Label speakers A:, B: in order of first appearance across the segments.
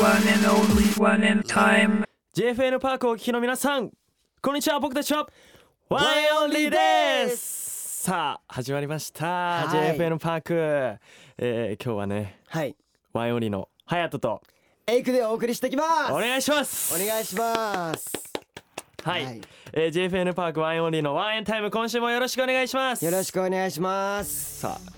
A: One and only one and time.
B: JFN パークをお聞きの皆さんこんにちは僕たちはワイオンリーですさあ始まりました、
C: はい
B: JFN パーク、えー、今日はね
C: はい。
B: ワイオンリーのハヤトと
C: エイクでお送りしてきます。
B: お願いします
C: お願いします。
B: はい、
C: はい
B: えー JFN パークワインオンリーのワインタイム今週もよろしくお願いします
C: よろしくお願いします。
B: さあ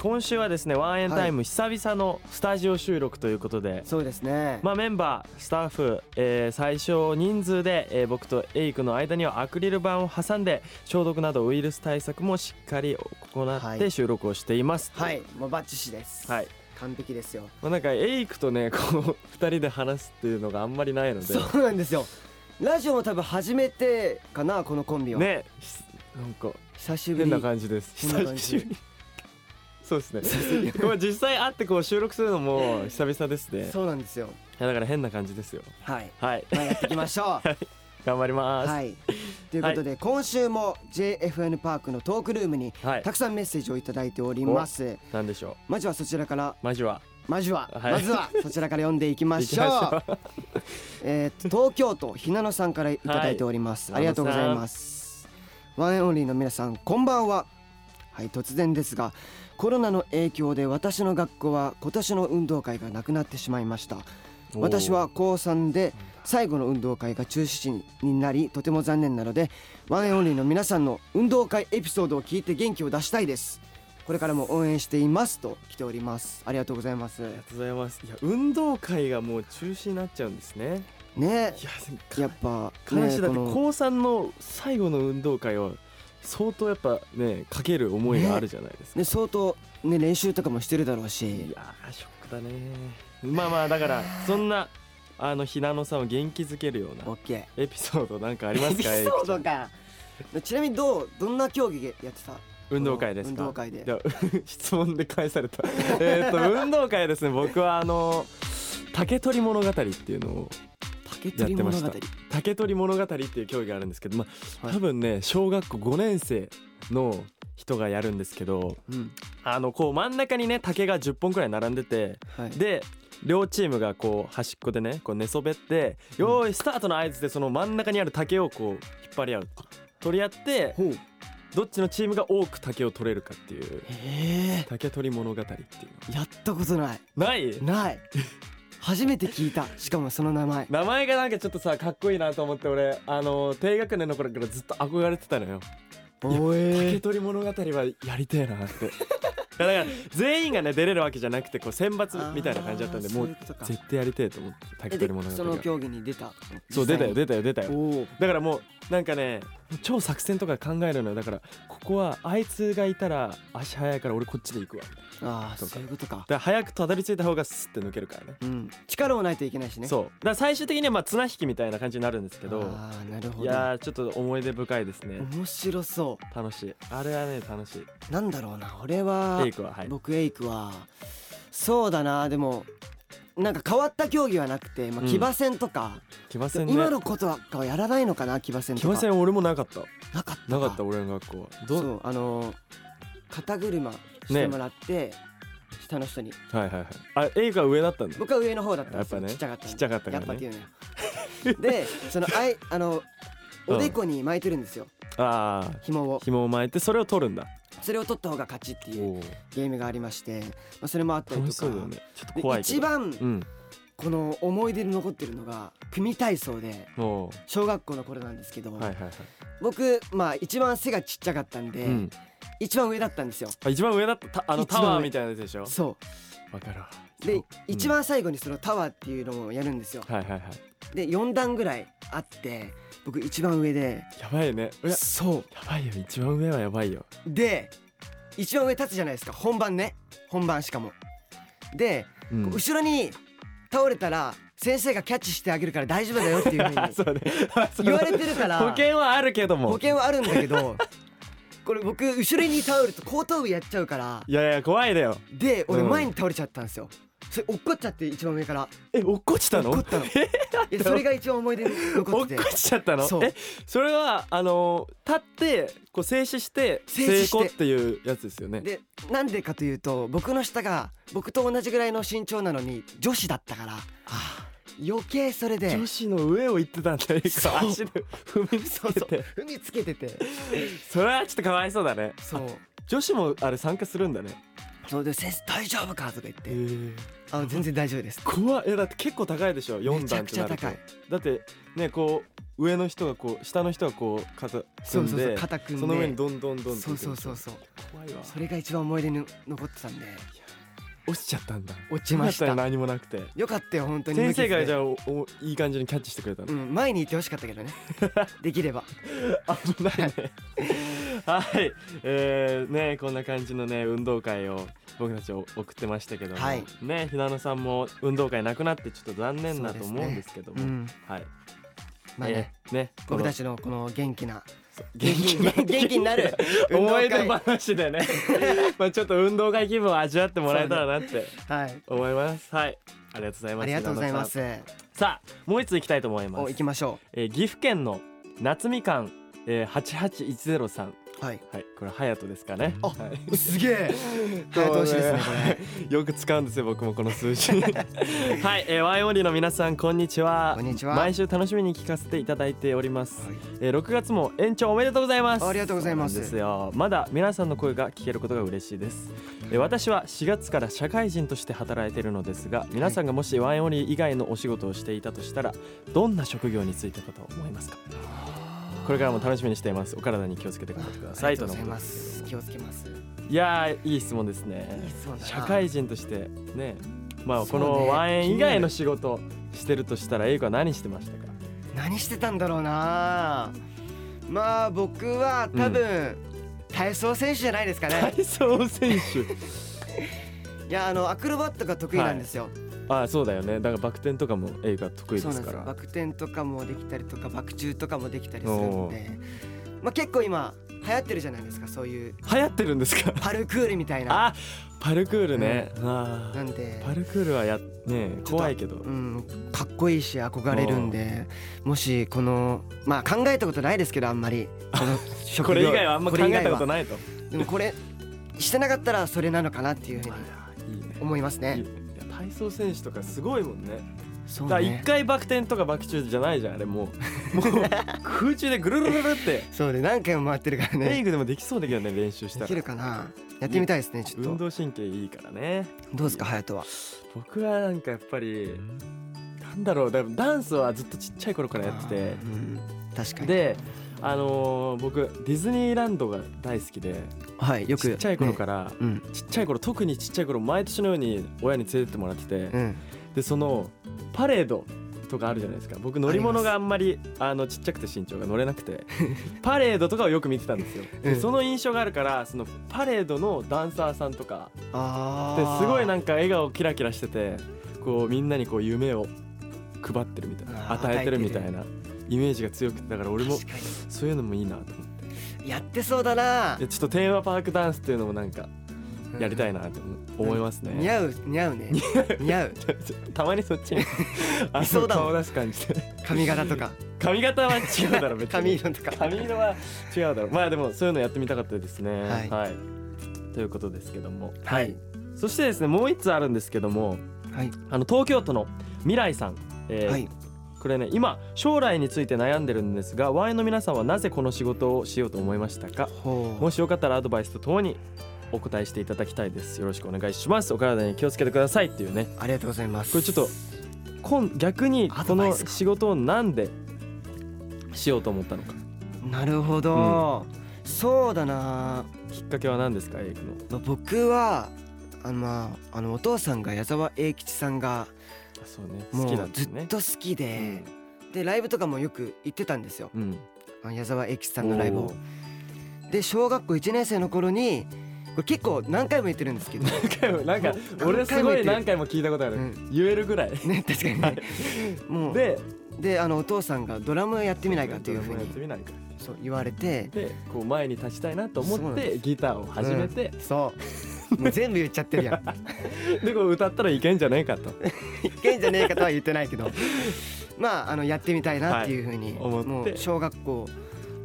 B: 今週はですねワインタイム久々のスタジオ収録ということで、
C: そうですね。
B: まあ、メンバースタッフ、えー最小人数で、えー僕とエイクの間にはアクリル板を挟んで消毒などウイルス対策もしっかり行
C: は
B: って
C: い
B: 収録をしています、
C: はい、もうバッチシです。
B: はい
C: 完璧ですよ。
B: まあ、なんかエイクとねこ の2人で話すっていうのがあんまりないので
C: そうなんですよ。ラジオも多分初めてかなこのコンビは。。
B: ねひなんか
C: 久しぶ
B: 変
C: り。
B: な感じです
C: こんな感
B: 久
C: じ
B: しぶりそうですねこれ実際会ってこう収録するのも久々ですねい
C: そうなんですよ。
B: やだから変な感じですよ
C: はい。
B: はい
C: まあやっていきましょう。
B: 頑張ります
C: はい。ということで、今週も JFN パークのトークルームに
B: はい、
C: たくさんメッセージをいただいております。
B: なんでしょ
C: まずはそちらから
B: うマジは
C: まずは、
B: はい
C: まずはそちらから読んでい きましょ
B: 行
C: う
B: きましょう
C: えーと東京都ひなのさんからいただいております、
B: はい
C: ありがとうございますワンエンオンリーの皆さんこんばんははい突然ですがコロナの影響で私の学校は今年の運動会がなくなってしまいました
B: おー
C: 私は高3で最後の運動会が中止になりとても残念なのでワンエンオンリーの皆さんの運動会エピソードを聞いて元気を出したいですこれからも応援していますと来ておりますありがとうございます
B: ありがとうございます。いや運動会がもう中止になっちゃうんですね。
C: ね
B: いや
C: やっぱ
B: 悲しいだって
C: この
B: 高三の最後の運動会を相当やっぱねかける思いがあるじゃないですか。
C: ね相当ね練習とかもしてるだろう
B: い
C: し
B: やーショックだね。まあまあだからそんなあのひなのさんを元気づけるよう
C: オッ
B: な
C: ケー
B: エピソードなんかありますか？
C: エ
B: エイ
C: ピ
B: ク
C: ソー
B: ちゃ
C: ド
B: ん
C: かちなみにどうどんな競技やってた
B: 運動会ですか
C: 運動会で
B: いや 質問で返されたえっと運動会ですね僕はあの竹取物語っていうのを
C: 竹
B: やっ
C: 取
B: てま
C: 物
B: した
C: 語
B: 竹取物語っていう競技があるんですけど、まあ
C: はい
B: 多分ね小学校5年生の人がやるんですけど
C: うん
B: あのこう真ん中にね竹が10本くらい並んでて
C: はい
B: で両チームがこう端っこでねこう寝そべって「よーいスタート!」の合図でその真ん中にある竹をこう引っ張り合う取り合って
C: ほう
B: どっちのチームが多く竹を取れるかっていう
C: え
B: 竹取物語っていう
C: ー、やったことない
B: のない
C: ない初めて聞いたしかもその名前
B: 名前がなんかちょっとさかっこいいなと思って俺あの低学年の頃からずっと憧れてたのよ
C: お
B: 竹
C: え
B: 取物語はやりてえなって いやだから全員がね出れるわけじゃなくてこう選抜みたいな感じだったんで
C: あーそ
B: も
C: う
B: う
C: いうことか
B: 絶対やりてえと思って竹取物
C: その
B: 語が
C: 競技に出た
B: そう出たよ出たよ出た
C: お
B: よ
C: おー
B: だからもうなんかね超作戦とか考えるのよだからここはあいつがいたら足早いから俺こっちで行くわだか
C: ああ
B: とか
C: そういうことから
B: 早くたどり着いた方がスッて抜けるからね
C: うん力もないといけないしね
B: そうだから最終的にはまあ綱引きみたいな感じになるんですけど
C: ああなるほ
B: い
C: ど
B: やーちょっと思い出深いですね
C: 面白そう
B: 楽しいあれはね楽しい
C: なんだろうな俺は
B: テイクははい
C: 僕エイクはそうだなでもなんか変わった競技はなくて、ま
B: う
C: あ、
B: ん
C: 騎馬戦とか、
B: 騎馬戦ね
C: 今のことはかはやらないのかな騎馬戦と
B: 騎
C: か
B: 馬戦俺もなかった
C: なかった
B: なかった俺の学校はど
C: そうあのー肩車してもらって、下の人に
B: はいはいはいあ A が上だったんだ
C: 僕は上の方だったんですよ
B: やっぱね
C: ちっちゃかったんで
B: ちっちゃかったからね
C: やっぱっていうのよでそのあいあの
B: うん
C: おでこに巻いてるんですよ
B: ああ
C: 紐を
B: 紐を巻いてそれを取るんだ
C: それを取った方が勝ちっていう
B: お
C: ゲームがありまして、まあ、それもあったりと
B: 楽
C: か
B: しそうだよねちょっと
C: で
B: 怖いけど
C: 一番
B: うん
C: この思い出に残ってるのが組体操で
B: も
C: 小学校の頃なんですけど、
B: うはいはいはい、
C: 僕まあ一番背がちっちゃかったんで、
B: うん
C: 一番上だったんですよ
B: あ一番上だったたあの
C: 一番
B: タ
C: 上
B: ワーみたいなやつでしょ
C: そ
B: わかるわ
C: うで
B: そう
C: 一番最後にそのタワーっていうのをやるんですよ
B: はいはいはい
C: で4段ぐらいあって僕一番上で
B: やばいよねいや
C: そう
B: やばいよ一番上はやばいよ
C: で一番上立つじゃないですか本番ね本番しかもで、
B: うん
C: こう後ろに倒れたら先生がキャッチしてあげるから大丈夫だよっていうふうに
B: そうね
C: 言われてるから
B: 保険はあるけども
C: 保険はあるんだ けどこれ僕後ろに倒れると後頭部やっちゃうから
B: いやいや怖いだよ
C: で俺
B: うん
C: 前に倒れちゃったんですよ、それ落っこっちゃって一番上から
B: え落っこちたの
C: 落 っこったのいやそれが一番思い出に残っ
B: 落
C: て
B: ってこちちゃったの
C: そう
B: えそれはあのー立ってこう静止して
C: 静止
B: 成
C: して
B: 功っていうやつですよね
C: でなんでかというと僕の下が僕と同じぐらいの身長なのに女子だったから
B: あ
C: 余計それで
B: 女子の上を行ってたんじゃない
C: そう
B: か足で 踏みつ
C: そう
B: けて
C: そ
B: そう
C: 踏みつけてて
B: れはちょっとかわいそうだね
C: そう
B: 女子もあれ参加するんだね
C: そうで先生大丈夫かとか言って
B: え
C: あ全然大丈夫です
B: 怖いえだって結構高いでしょ
C: め
B: 4
C: ちゃ
B: 段っ
C: く
B: て
C: ちゃ
B: なると
C: 高い
B: だってねこう上の人がこう下の人がこう肩組
C: そうんそうそう
B: で
C: 肩組んで
B: その上にどんどんどんどん
C: そうそうそうそう
B: 怖いわ
C: それが一番思い出に残ってたんで
B: 落ちちゃったんだ
C: 落ちました
B: よかっよ何もなくて
C: よかったよ本当に
B: 先生がじゃ
C: あ
B: あおおいい感じにキャッチしてくれたの
C: うん前にいてほしかったけ どねできれば
B: 危ないねはいえー、ねこんな感じのね運動会を僕たちお送ってましたけども、
C: はい
B: ねひなのさんも運動会なくなってちょっと残念だと
C: そうです
B: 思
C: ね
B: うんですけども、
C: うん
B: はい、
C: まあね
B: えーね
C: 僕た
B: ち
C: ちのこの元気な
B: 元気になる
C: 元気に なる運動
B: 思い出
C: 会
B: 話でね まあちょっと運動会気分を味わってもらえたらなって
C: はい
B: 思いますはいありがとうございます
C: ありがとうございます
B: さあもう一つ行きたいと思いま
C: お
B: す
C: 行きましょ
B: えー岐阜県の夏みかん、えー、88103は
C: うはい
B: いこれハヤトですかね
C: あ
B: はい
C: すげえ早通しですねこ
B: よく使うんですよ僕もこの数 字はい、えー、ワインオンリーの皆さんこんにちは
C: こんにちは
B: 毎週楽しみに聞かせていただいております、
C: はい
B: えー、6月も延長おめでとうございます
C: ありがとうございます
B: そうなんですよまだ皆さんの声が聞けることが嬉しいです、えー、私は4月から社会人として働いているのですが皆さんがもしワインオンリー以外のお仕事をしていたとしたらどんな職業についてかと思いますかこれからも楽しみにしていますお体に気をつけて頑張ってくだ
C: れ
B: さ
C: あ
B: い
C: りがとうござい
B: のこ
C: ま
B: です
C: 気をつけます
B: いやーいい質問ですね
C: いい質問だな
B: 社会人としてねまあ
C: そ
B: こ
C: うね
B: のワイン以
C: 気にな
B: 外
C: る
B: の仕事してるとしたらエイコは何してましたか
C: 何してたんだろうなまあ僕は多分、体操選手じゃないですかね
B: 体操選
C: いやあのアクロバットが得意なんですよ、
B: 手 ああそうだよねだからバク転とかもエイコは得意
C: そう
B: です
C: なんで
B: か
C: すよ
B: ら
C: バク転とかもできたりとかバク宙とかもできたりするんでまあ結構今流行ってるじゃないですかそういう
B: 流行ってるんですか
C: パルクールみたいな
B: あパルクールね、あ
C: な
B: あ
C: んで
B: パルクールはやね
C: ちょっと
B: 怖いけど
C: うん、かっこいいし憧れるんでもしこのまあ考えたことないですけどあんまり この職
B: こ
C: 業
B: れ以外はあんま考えたこと
C: な
B: ないと
C: いでもこれしてなかったらそれなのかなっていうふうに
B: あーいいね
C: 思います
B: い
C: ね
B: いいや体操選手とかすごいもんねだ
C: そう
B: から
C: ね
B: 一回バク転とかバク宙じゃないじゃんあれも うもう空中でぐるるるるって
C: そうで何回も回ってるから
B: レイ
C: ね
B: グでもできそうだけどね練習した
C: で
B: ら
C: きるかなやってみたいですねちょっ
B: 運
C: と
B: 動神経いいからね
C: どうですか隼人は
B: 僕はなんかやっぱりなんだろうでもダンスはずっとちっちゃい頃からやって
C: うん確か
B: て
C: に
B: であのー僕ディズニーランドが大好きで
C: はいよく
B: ちっちゃい頃からら、
C: うん
B: ちっちゃい頃特にちっちゃい頃毎年のように親に連れてってもらってて、
C: うん
B: でそのパレードとかあるじゃないですか僕乗り物があんまりあのちっちゃくて身長が乗れなく てパレードとかをよく見てたんですよ、で
C: うん
B: その印象があるからそのパレードのダンサーさんとか
C: あ
B: で
C: あ
B: すごいなん
C: か
B: んか笑顔キラキラしててこうみんなにこう夢を配ってるみたいな
C: あー
B: 与えてるみたいなイメージが強くてだから俺も
C: 確か
B: そういうのもいいなと思 って
C: にやってそうだな
B: でちょっとテーマパークダンスっていうのもなんかやりた
C: い
B: いなと思思いますね、
C: 似合う似合うね似合う
B: たまにそっ ちにあの
C: いそうだもん
B: 顔出す感じで
C: 髪型とか
B: 髪型は違うだろ別に
C: 髪色とか
B: 髪色は違うだろまあでもそういうのやってみたかったですね
C: はい
B: ということですけども
C: はい
B: そしてですねもう一つあるんですけども
C: はい
B: あの東京都の未来さん、えー
C: はい
B: これね今将来について悩んでるんですがワインの皆さんはなぜこの仕事をしようと思いましたか
C: ほう
B: もしよかったらアドバイスとともにお答えしていただきたいですよろしくお願いしますお体に気をつけてくださいっていうね
C: ありがとうございます
B: これちょっとこん逆にこ
C: アドバ
B: の
C: イスか
B: 仕事をなんでしようと思ったのか
C: なるほどそうだな
B: きっかけは何ですかエイクの
C: まあ僕はあのまああのお父さんが矢沢永吉さんが
B: あそうね
C: も
B: 好きなんで
C: うず
B: す
C: っ
B: ね
C: と好きででライブとかもよく行ってたんですよ
B: うん、うん、
C: あの矢沢永吉さんのライブ
B: お
C: を
B: ー
C: で小学校1年生の頃にこれ結構何回も言ってるんですけど
B: なんか
C: 何回も
B: 俺すご
C: 言って
B: い
C: る
B: 何回も聞いたことある、
C: うん
B: 言えるぐらい
C: ね確かにねもうで
B: で
C: あのお父さんがドラムやってみないかというふう
B: やっ
C: に
B: てみないか
C: そう言われて
B: でこう前に立ちたいなと
C: そうな
B: 思
C: ん
B: っ
C: で
B: てギターを始めて、
C: そもう全部言っちゃってるや ん
B: でこれ歌ったらいけんじゃないかと
C: いけんじゃねえかとは言ってないけどまああのやってみたいなっていうふう
B: は
C: に、
B: い思って
C: もう小学校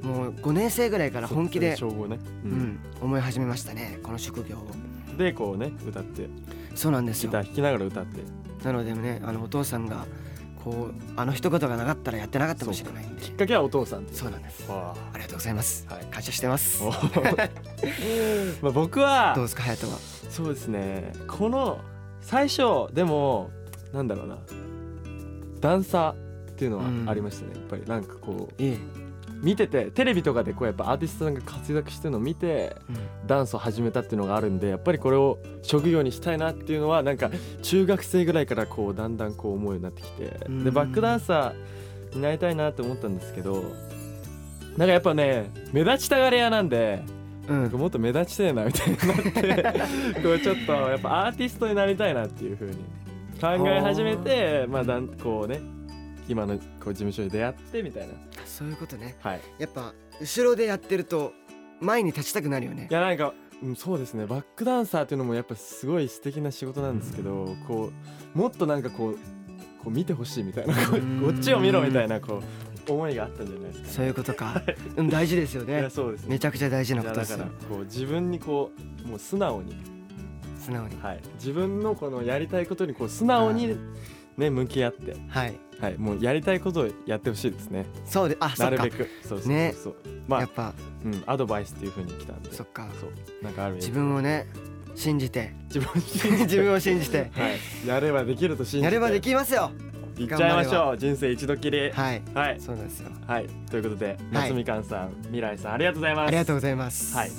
C: もう5年生ぐらいから本気で
B: そう小五ね、う
C: うんん、思い始めましたねこの職業を
B: でこうね歌って
C: そうなんです
B: ギ
C: よ
B: ター弾きながら歌って
C: なのでねあのお父さんがこうあの一言がなかったらやってなかったかもしれないんで
B: きっかけはお父さんっていう
C: そうなんです
B: わあ
C: ありがとうございます、
B: はい
C: 感謝してます
B: お まあ僕は
C: どうですか隼人は
B: そうですねこの最初でもなんだろうなダンサーっていうのはありましたね、やっぱりなんかこう
C: ええ、
B: 見ててテレビとかでこうやっぱアーティストさんが活躍してるのを見てダンスを始めたっていうのがあるんでやっぱりこれを職業にしたいなっていうのはなんか中学生ぐらいからこうだんだんこう思うようになってきて
C: うん
B: でバックダンサーになりたいなって思ったんですけどなんかやっぱね目立ちたがり屋なんで
C: うん、う
B: なんか
C: ん、
B: もっと目立ちてえなみたいになってこうちょっとやっぱアーティストになりたいなっていう風に考え始めてまあだんこうね今のこう事務所に出会ってみたいな
C: そういうことね
B: はい
C: やっぱ後ろでやってると前に立ちたくなるよね
B: いやなんか、うん、そうですねバックダンサーっていうのもやっぱすごい素敵な仕事なんですけど、こうもっとなんかこうこう見てほしいみたいなこう
C: うん
B: こっちを見ろみたいなこう思いがあったんじゃないですか、
C: そういうことか、うん、大事ですよ
B: い
C: ね
B: やそうですね
C: めちゃくちゃ大事ないこ
B: や
C: とで
B: だ
C: す
B: か
C: よ
B: らこう自分にこうもう素直に、
C: 素直に
B: はい、自分のこのやりたいことにこう素直
C: は
B: にね向き合って、
C: はい
B: はい、もうやりたいことをやってほしいですね
C: そうであそ
B: な
C: っ
B: る
C: か
B: べくそうそうそう、
C: ね
B: そうま
C: やっ
B: あ、
C: ぱ
B: うん、アドバイスっていう風に来たんで
C: そっか
B: そうなんかある意味
C: 自分をね信じて
B: 自分に
C: 自分を信じて
B: はい、やればできると信じて
C: やればできますよ
B: いっちゃいましょう人生一度きりはい
C: はい
B: はい、
C: そうなんですよ
B: ということで夏みかんさん、未来さんありがとうございます
C: ありがとうございます。
B: はい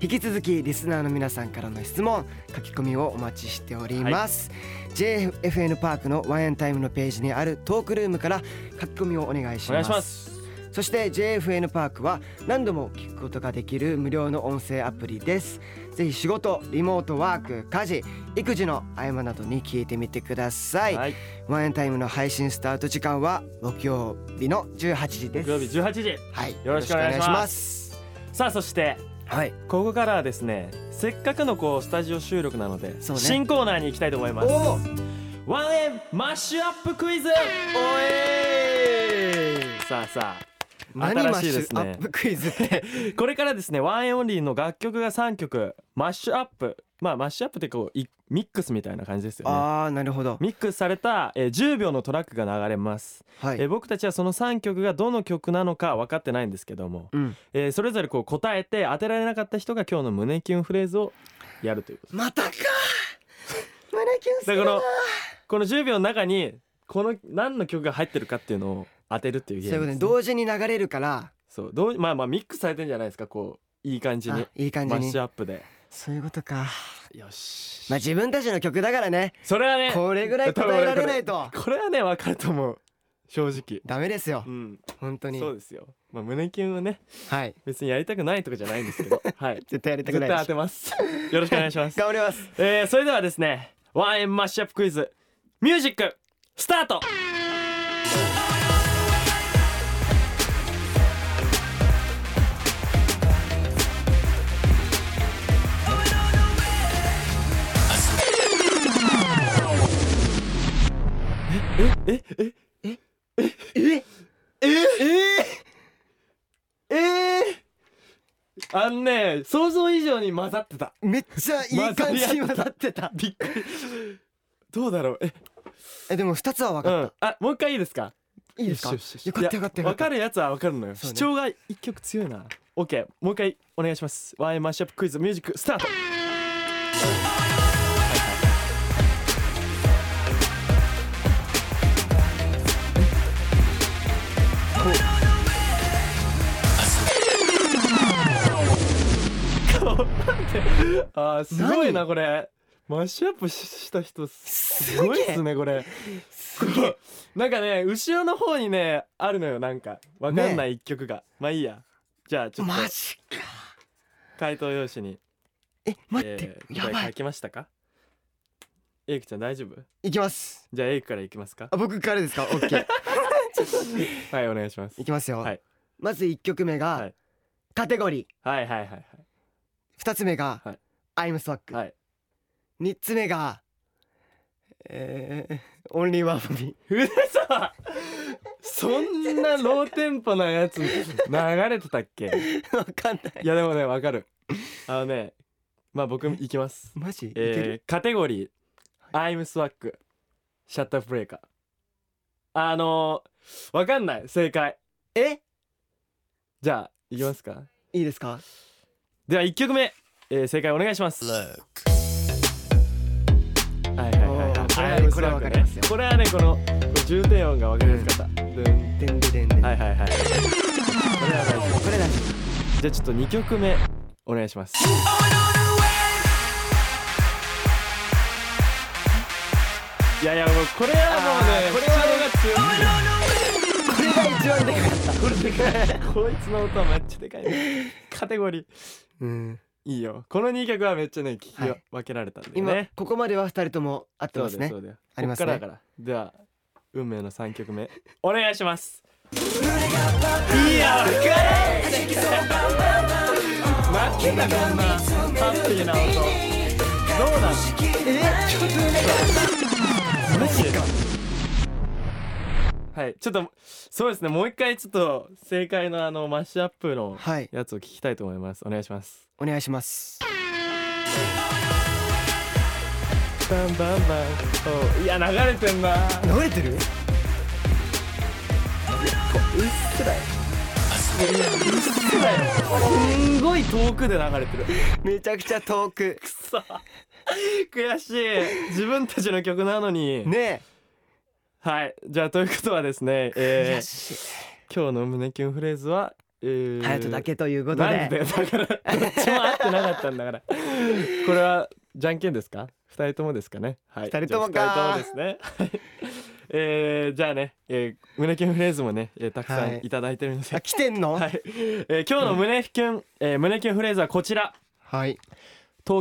C: 引き続きリスナーの皆さんからの質問、書き込みをお待ちしております。JFN パークのワンエンタイムのページにあるトークルームから書き込みをお願いし
B: お願
C: ま
B: い
C: す。
B: します
C: そして JFN パークは何度も聞くことができる無料の音声アプリです。ぜひ仕事、リモートワーク、家事、育児の合間などに聞いてみてください。
B: はい
C: ワンエンタイムの配信スタート時間は木曜日の18時です。
B: 木曜日18時
C: はい、
B: よろしくお願いします
C: よろくお願す
B: さあそして
C: はい。
B: ここからはですねせっかくのこうスタジオ収録なので、
C: そうね
B: 新コーナーに行きたいと思います
C: おお。
B: ワンエンマッシュアップクイズ
C: おえ
B: さあさあ
C: 何マ
B: 新
C: ッ
B: し
C: シ
B: い
C: ュ
B: です
C: ア
B: ね
C: ップクイズって
B: これからですねワンエンオンリーの楽曲が3曲マッシュアップまあマッシュアップってこういミックスみたいな感じですよね
C: ああなるほど
B: ミックスされた、えー10秒のトラックが流れます、
C: はい
B: えー僕たちはその3曲がどの曲なのか分かってないんですけども、
C: うん
B: えーそれぞれこう答えて当てられなかった人が今日の胸キュンフレーズをやるということ
C: また か胸キュンす
B: だ
C: る
B: か
C: な
B: らこの10秒の中にこの何の曲が入ってるかっていうのを当てるっていうゲ
C: そういう
B: ー
C: こ
B: ムで
C: とね
B: すね
C: 同時に流れるから
B: そうどうまあまあミックスされてんじゃないですかこういい感じに
C: あいい感じ
B: マッ
C: に
B: シュアップで
C: そういうことか
B: よし、
C: まあ自分たちの曲だからね
B: それはね
C: これぐらい答えられな いと
B: これはね分かると思う正直
C: ダメですよ
B: うん
C: 本当に
B: そうですよまあ胸キュンはね
C: はい
B: 別にやりたくないとかじゃないんです けどはい
C: 絶対やりたく
B: 絶
C: な
B: 対
C: いで
B: 当
C: す
B: てますよろしくお願いします
C: 頑張ります
B: えー、それではですねワンエンマッシュアップクイズミュージックスタートえええええええええあのね想像以上に混ざってた
C: めっちゃいい感じに混ざってた
B: びっくりどうだろうえ
C: えでも二つは分
B: う
C: かっ
B: んあもう一回いいですか
C: たいいですか
B: よしよし
C: よかったよかった
B: い
C: よ
B: やわ
C: かっ
B: か
C: た
B: るやつはわかるのよ、
C: そう
B: 主
C: ね
B: 張が一曲強いなオッケーもう一回お願いしますワンエンマッシュアップクイズミュージックスタート あーすごいな
C: 何
B: これマッシュアップしした人すごいっすねこれ
C: すげえ
B: なんかね後ろの方にねあるのよなんかわかんない一曲が、まあいいやじゃあちょっと
C: マジか
B: 回答用紙に
C: え待って
B: えー
C: や
B: 答え
C: ば
B: 書
C: い
B: きましたかエイクちゃん大丈夫
C: いきます
B: じゃあエイクからいきます か
C: あ僕からですか OK
B: はいお願いします
C: いきますよ、
B: はい
C: まず1曲目が、
B: はい
C: カテゴリー
B: はいはいはいはい
C: 2つ目が、
B: はい
C: I'm sock、
B: はい
C: 3つ目がえー、Only one for me
B: うるさそんなローテンポなや つ流れてたっけ
C: わかんない
B: いやでもねわかるあのねまあ僕行きます
C: マジ、いける
B: えー、カテゴリー「I'm Swag」「シャッターブレーカー」あのー、わかんない正解
C: え
B: じゃあ行きますか
C: いいですか
B: では1曲目、えー、正解お願いしますはいはいはい
C: おー
B: はい I'm
C: これ
B: Swag
C: はこれはわかり
B: ね
C: ますよ
B: これはねこのこの重低音がわかりやすかった、ドゥン
C: でんででんでん
B: はいはいはい。これは大丈夫。
C: これだ
B: じゃあちょっと二曲目お願いします。いやいやもうこれはもうね
C: あー
B: これは
C: これが一番でかかった
B: これでかい。こ いつの音はめっちゃでかいね。カテゴリー
C: うん
B: いいよ。この二曲はめっちゃね聞き
C: はい
B: 分けられたんで
C: 今、
B: ね。
C: ここまでは二人とも合ってますね
B: そうだよ。
C: ありますね
B: こっからだから。では運命の三曲目 お願いします。いやわかる。負けたこんなハッピーな音。どうなん？
C: えちょっと
B: マジか。はい、ちょっとそうですね。もう一回ちょっと正解のあのマッシュアップの
C: はい
B: やつを聞きたいと思います。お願いします。
C: お願いします
B: バンバンバン。おういや流れてんな。
C: 流れてる
B: すんごい遠くで流れてる。
C: めちゃくちゃ遠く
B: くそ悔しい自分たちの曲なのに、
C: ね
B: はいじゃあということはですね、
C: え
B: えー
C: し
B: 今日の胸キュンフレーズは隼
C: ハヤトだけということで
B: なんでだからどっちも合ってなかったんだからこれはじゃんけんですか二人ともですかねはい
C: 二人ともか
B: じゃあ二人ともですねはいえー、じゃあね、えー、胸キュンフレーズもね、えー、たくさ
C: は
B: ん
C: い
B: いただいてるので、は
C: あ
B: い
C: 来てんのはい、
B: えー今日の胸キュン、えー胸キュンフレーズはこちら東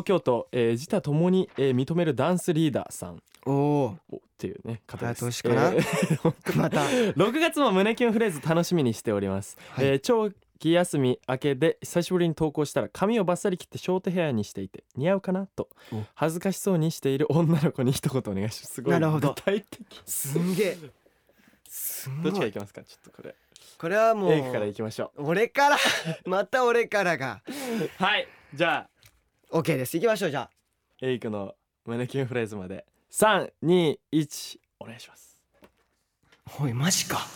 B: 京都、えー、自他ともに、えー認めるダンスリーダーさん
C: おお
B: おっていうね方です。
C: 早年かな
B: え ー
C: ーまた
B: 6月も胸キュンフレーズ楽しみにしております。
C: はい
B: えー長期休み明けで久しぶりに投稿したら髪をバッサリ切ってショートヘアにしていて似合うかなと
C: お
B: 恥ずかしそうにしている女の子に一言お願いします。すごい
C: なるほど
B: 具体的。
C: すんげえすん
B: どっちか
C: ご
B: らい
C: い
B: きますか。ちょっとこれ
C: これはも
B: エイクからいうきましょ
C: 俺からまた俺からが
B: う。はい。じゃあ
C: OK です行きましょうじゃ
B: エイクの胸キュンフレーズまで三二一お願いします。
C: あおいマジか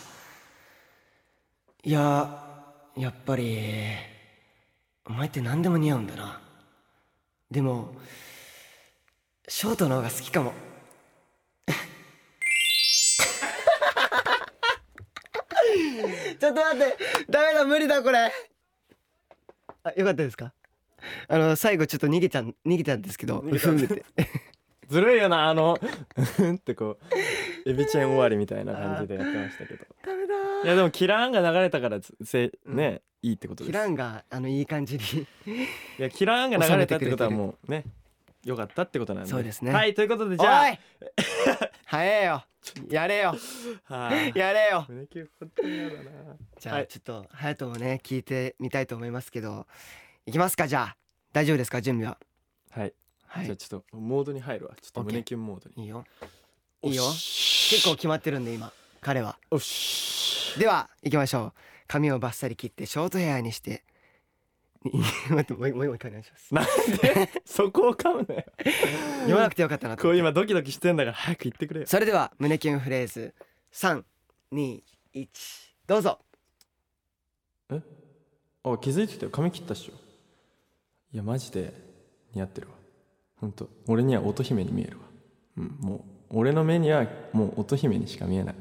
C: いややっぱりお前って何でも似合うんだなでもショートの方が好きかもちょっと待ってダメだ無理だこれあよかったですかあの最後ちょっと逃げちゃん逃げたんですけど
B: 逃げた
C: ふんって
B: ずるいよなあのうんってこうエビちゃん終わりみたいな感じでやってましたけど。
C: ダメだ
B: いやでもキラーンが流れたからつせね、いいって ことです
C: キランがあのいい感じに
B: いやキラーンが流れたってことはもうねよかったってことなんで
C: そうですね
B: はいということでじゃ
C: お い早えよやれよ
B: あはい
C: やれよ
B: 胸キュン本当に嫌だな
C: じゃあ、
B: はい
C: ちょっと隼人もね聞いてみたいと思いますけどいきますかじゃあ大丈夫ですか準備は
B: はい、
C: は
B: じゃあ
C: い
B: ちょっとモードに入るわちょっと
C: OK
B: 胸キュンモードに
C: いいよ
B: お
C: いいよ
B: し
C: 結構決まってるんで今彼は
B: おし
C: では行きましょう髪をバッサリ切ってショートヘアにして に待ってもうもうもう一回お願いします
B: なん でそこを噛むなよ
C: 言わなくてよかったなと
B: こう今ドキドキしてんだから早く言ってくれよ
C: それでは胸キュンフレーズ321どうぞ
B: あ気づいてたよ髪切ったっしょいやマジで似合ってるわほんと俺には乙姫に見えるわうんもう俺の目にはもう乙姫にしか見えない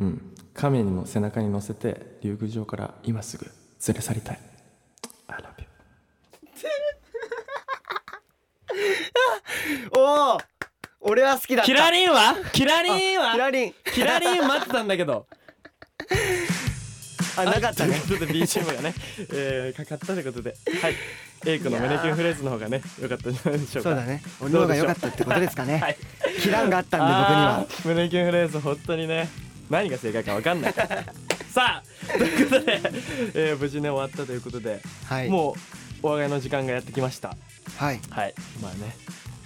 B: うん亀にも背中に乗せて竜宮城から今すぐ連れ去りたい I love you
C: おお俺は好きだった
B: キラリンはキラリン
C: キ
B: は
C: ラリン
B: キラリン待ってたんだけど
C: あなかったね
B: ちょっと BGM がね、えー、かかったということではいエイクの胸キュンフレーズの方がね良かったんじゃないでしょうか
C: そうだね俺の方が良かったってことですか ね、
B: はい
C: キランがあったんで僕に
B: あ
C: は
B: ー胸キュンフレーズ本当にね何が正解か分かんない さあということで、えー無事ね終わったということで、
C: はい
B: もうお別れの時間がやってきました
C: はい
B: はいまあね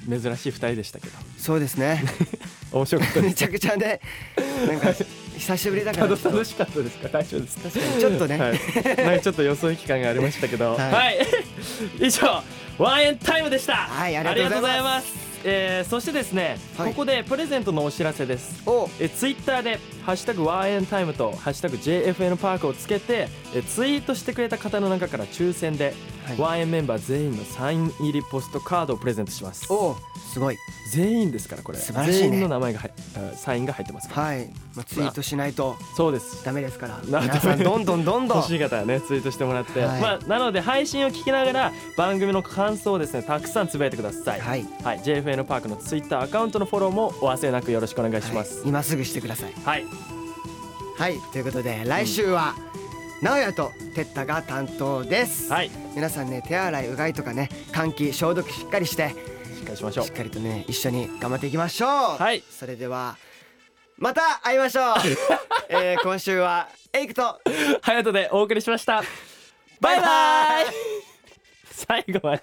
B: 珍しい2人でしたけど
C: そうで すね
B: 面白かったで
C: め
B: す
C: ちゃくちゃねなんか久しぶりだか
B: た
C: ら
B: だ楽しかったですか大丈夫ですか
C: ちょっとね、
B: はい、なんかちょっと予想期間がありましたけど、は、
C: はいい
B: 以上ワンエンタイムでした。
C: はいありがと
B: ありがとう
C: うございます
B: ございます。えー、そしてですね、
C: はい
B: ここでプレゼントのお知らせです。
C: お
B: えツイッター Twitter で「ハッシュタグワンエンタイム」と「ハッシュタグ #JFN パーク」をつけてえツイートしてくれた方の中から抽選で、
C: はい
B: ワンエンメンバー全員のサイン入りポストカードをプレゼントします
C: おすごい
B: 全員ですからこれ
C: 素晴らしいね
B: 全員の名前が入あサインが入ってますから
C: はい、まあ、ツイートしないと
B: そうです
C: ダメですから
B: な
C: 皆さんどんどんどんどん
B: 欲しい方はねツイートしてもらって、
C: はい
B: まあ、なので配信を聞きながら番組の感想をですねたくさんつぶやいてください、
C: はい、
B: JFN パークのツイッターアカウントのフォローもお忘れなくよろしくお願いします
C: はい今すぐしてください
B: はい、
C: はいということで来週は、直哉と哲太が担当です、
B: はい、し
C: 皆さんね手洗いうがいとかね換気消毒しっかりして
B: っかりしましょう
C: しっかりとね一緒に頑張っていきましょう
B: はい
C: それではまた会いま しょう、えー、今週はエイクと
B: ハヤトでお送りしましたバイバイ 最後まで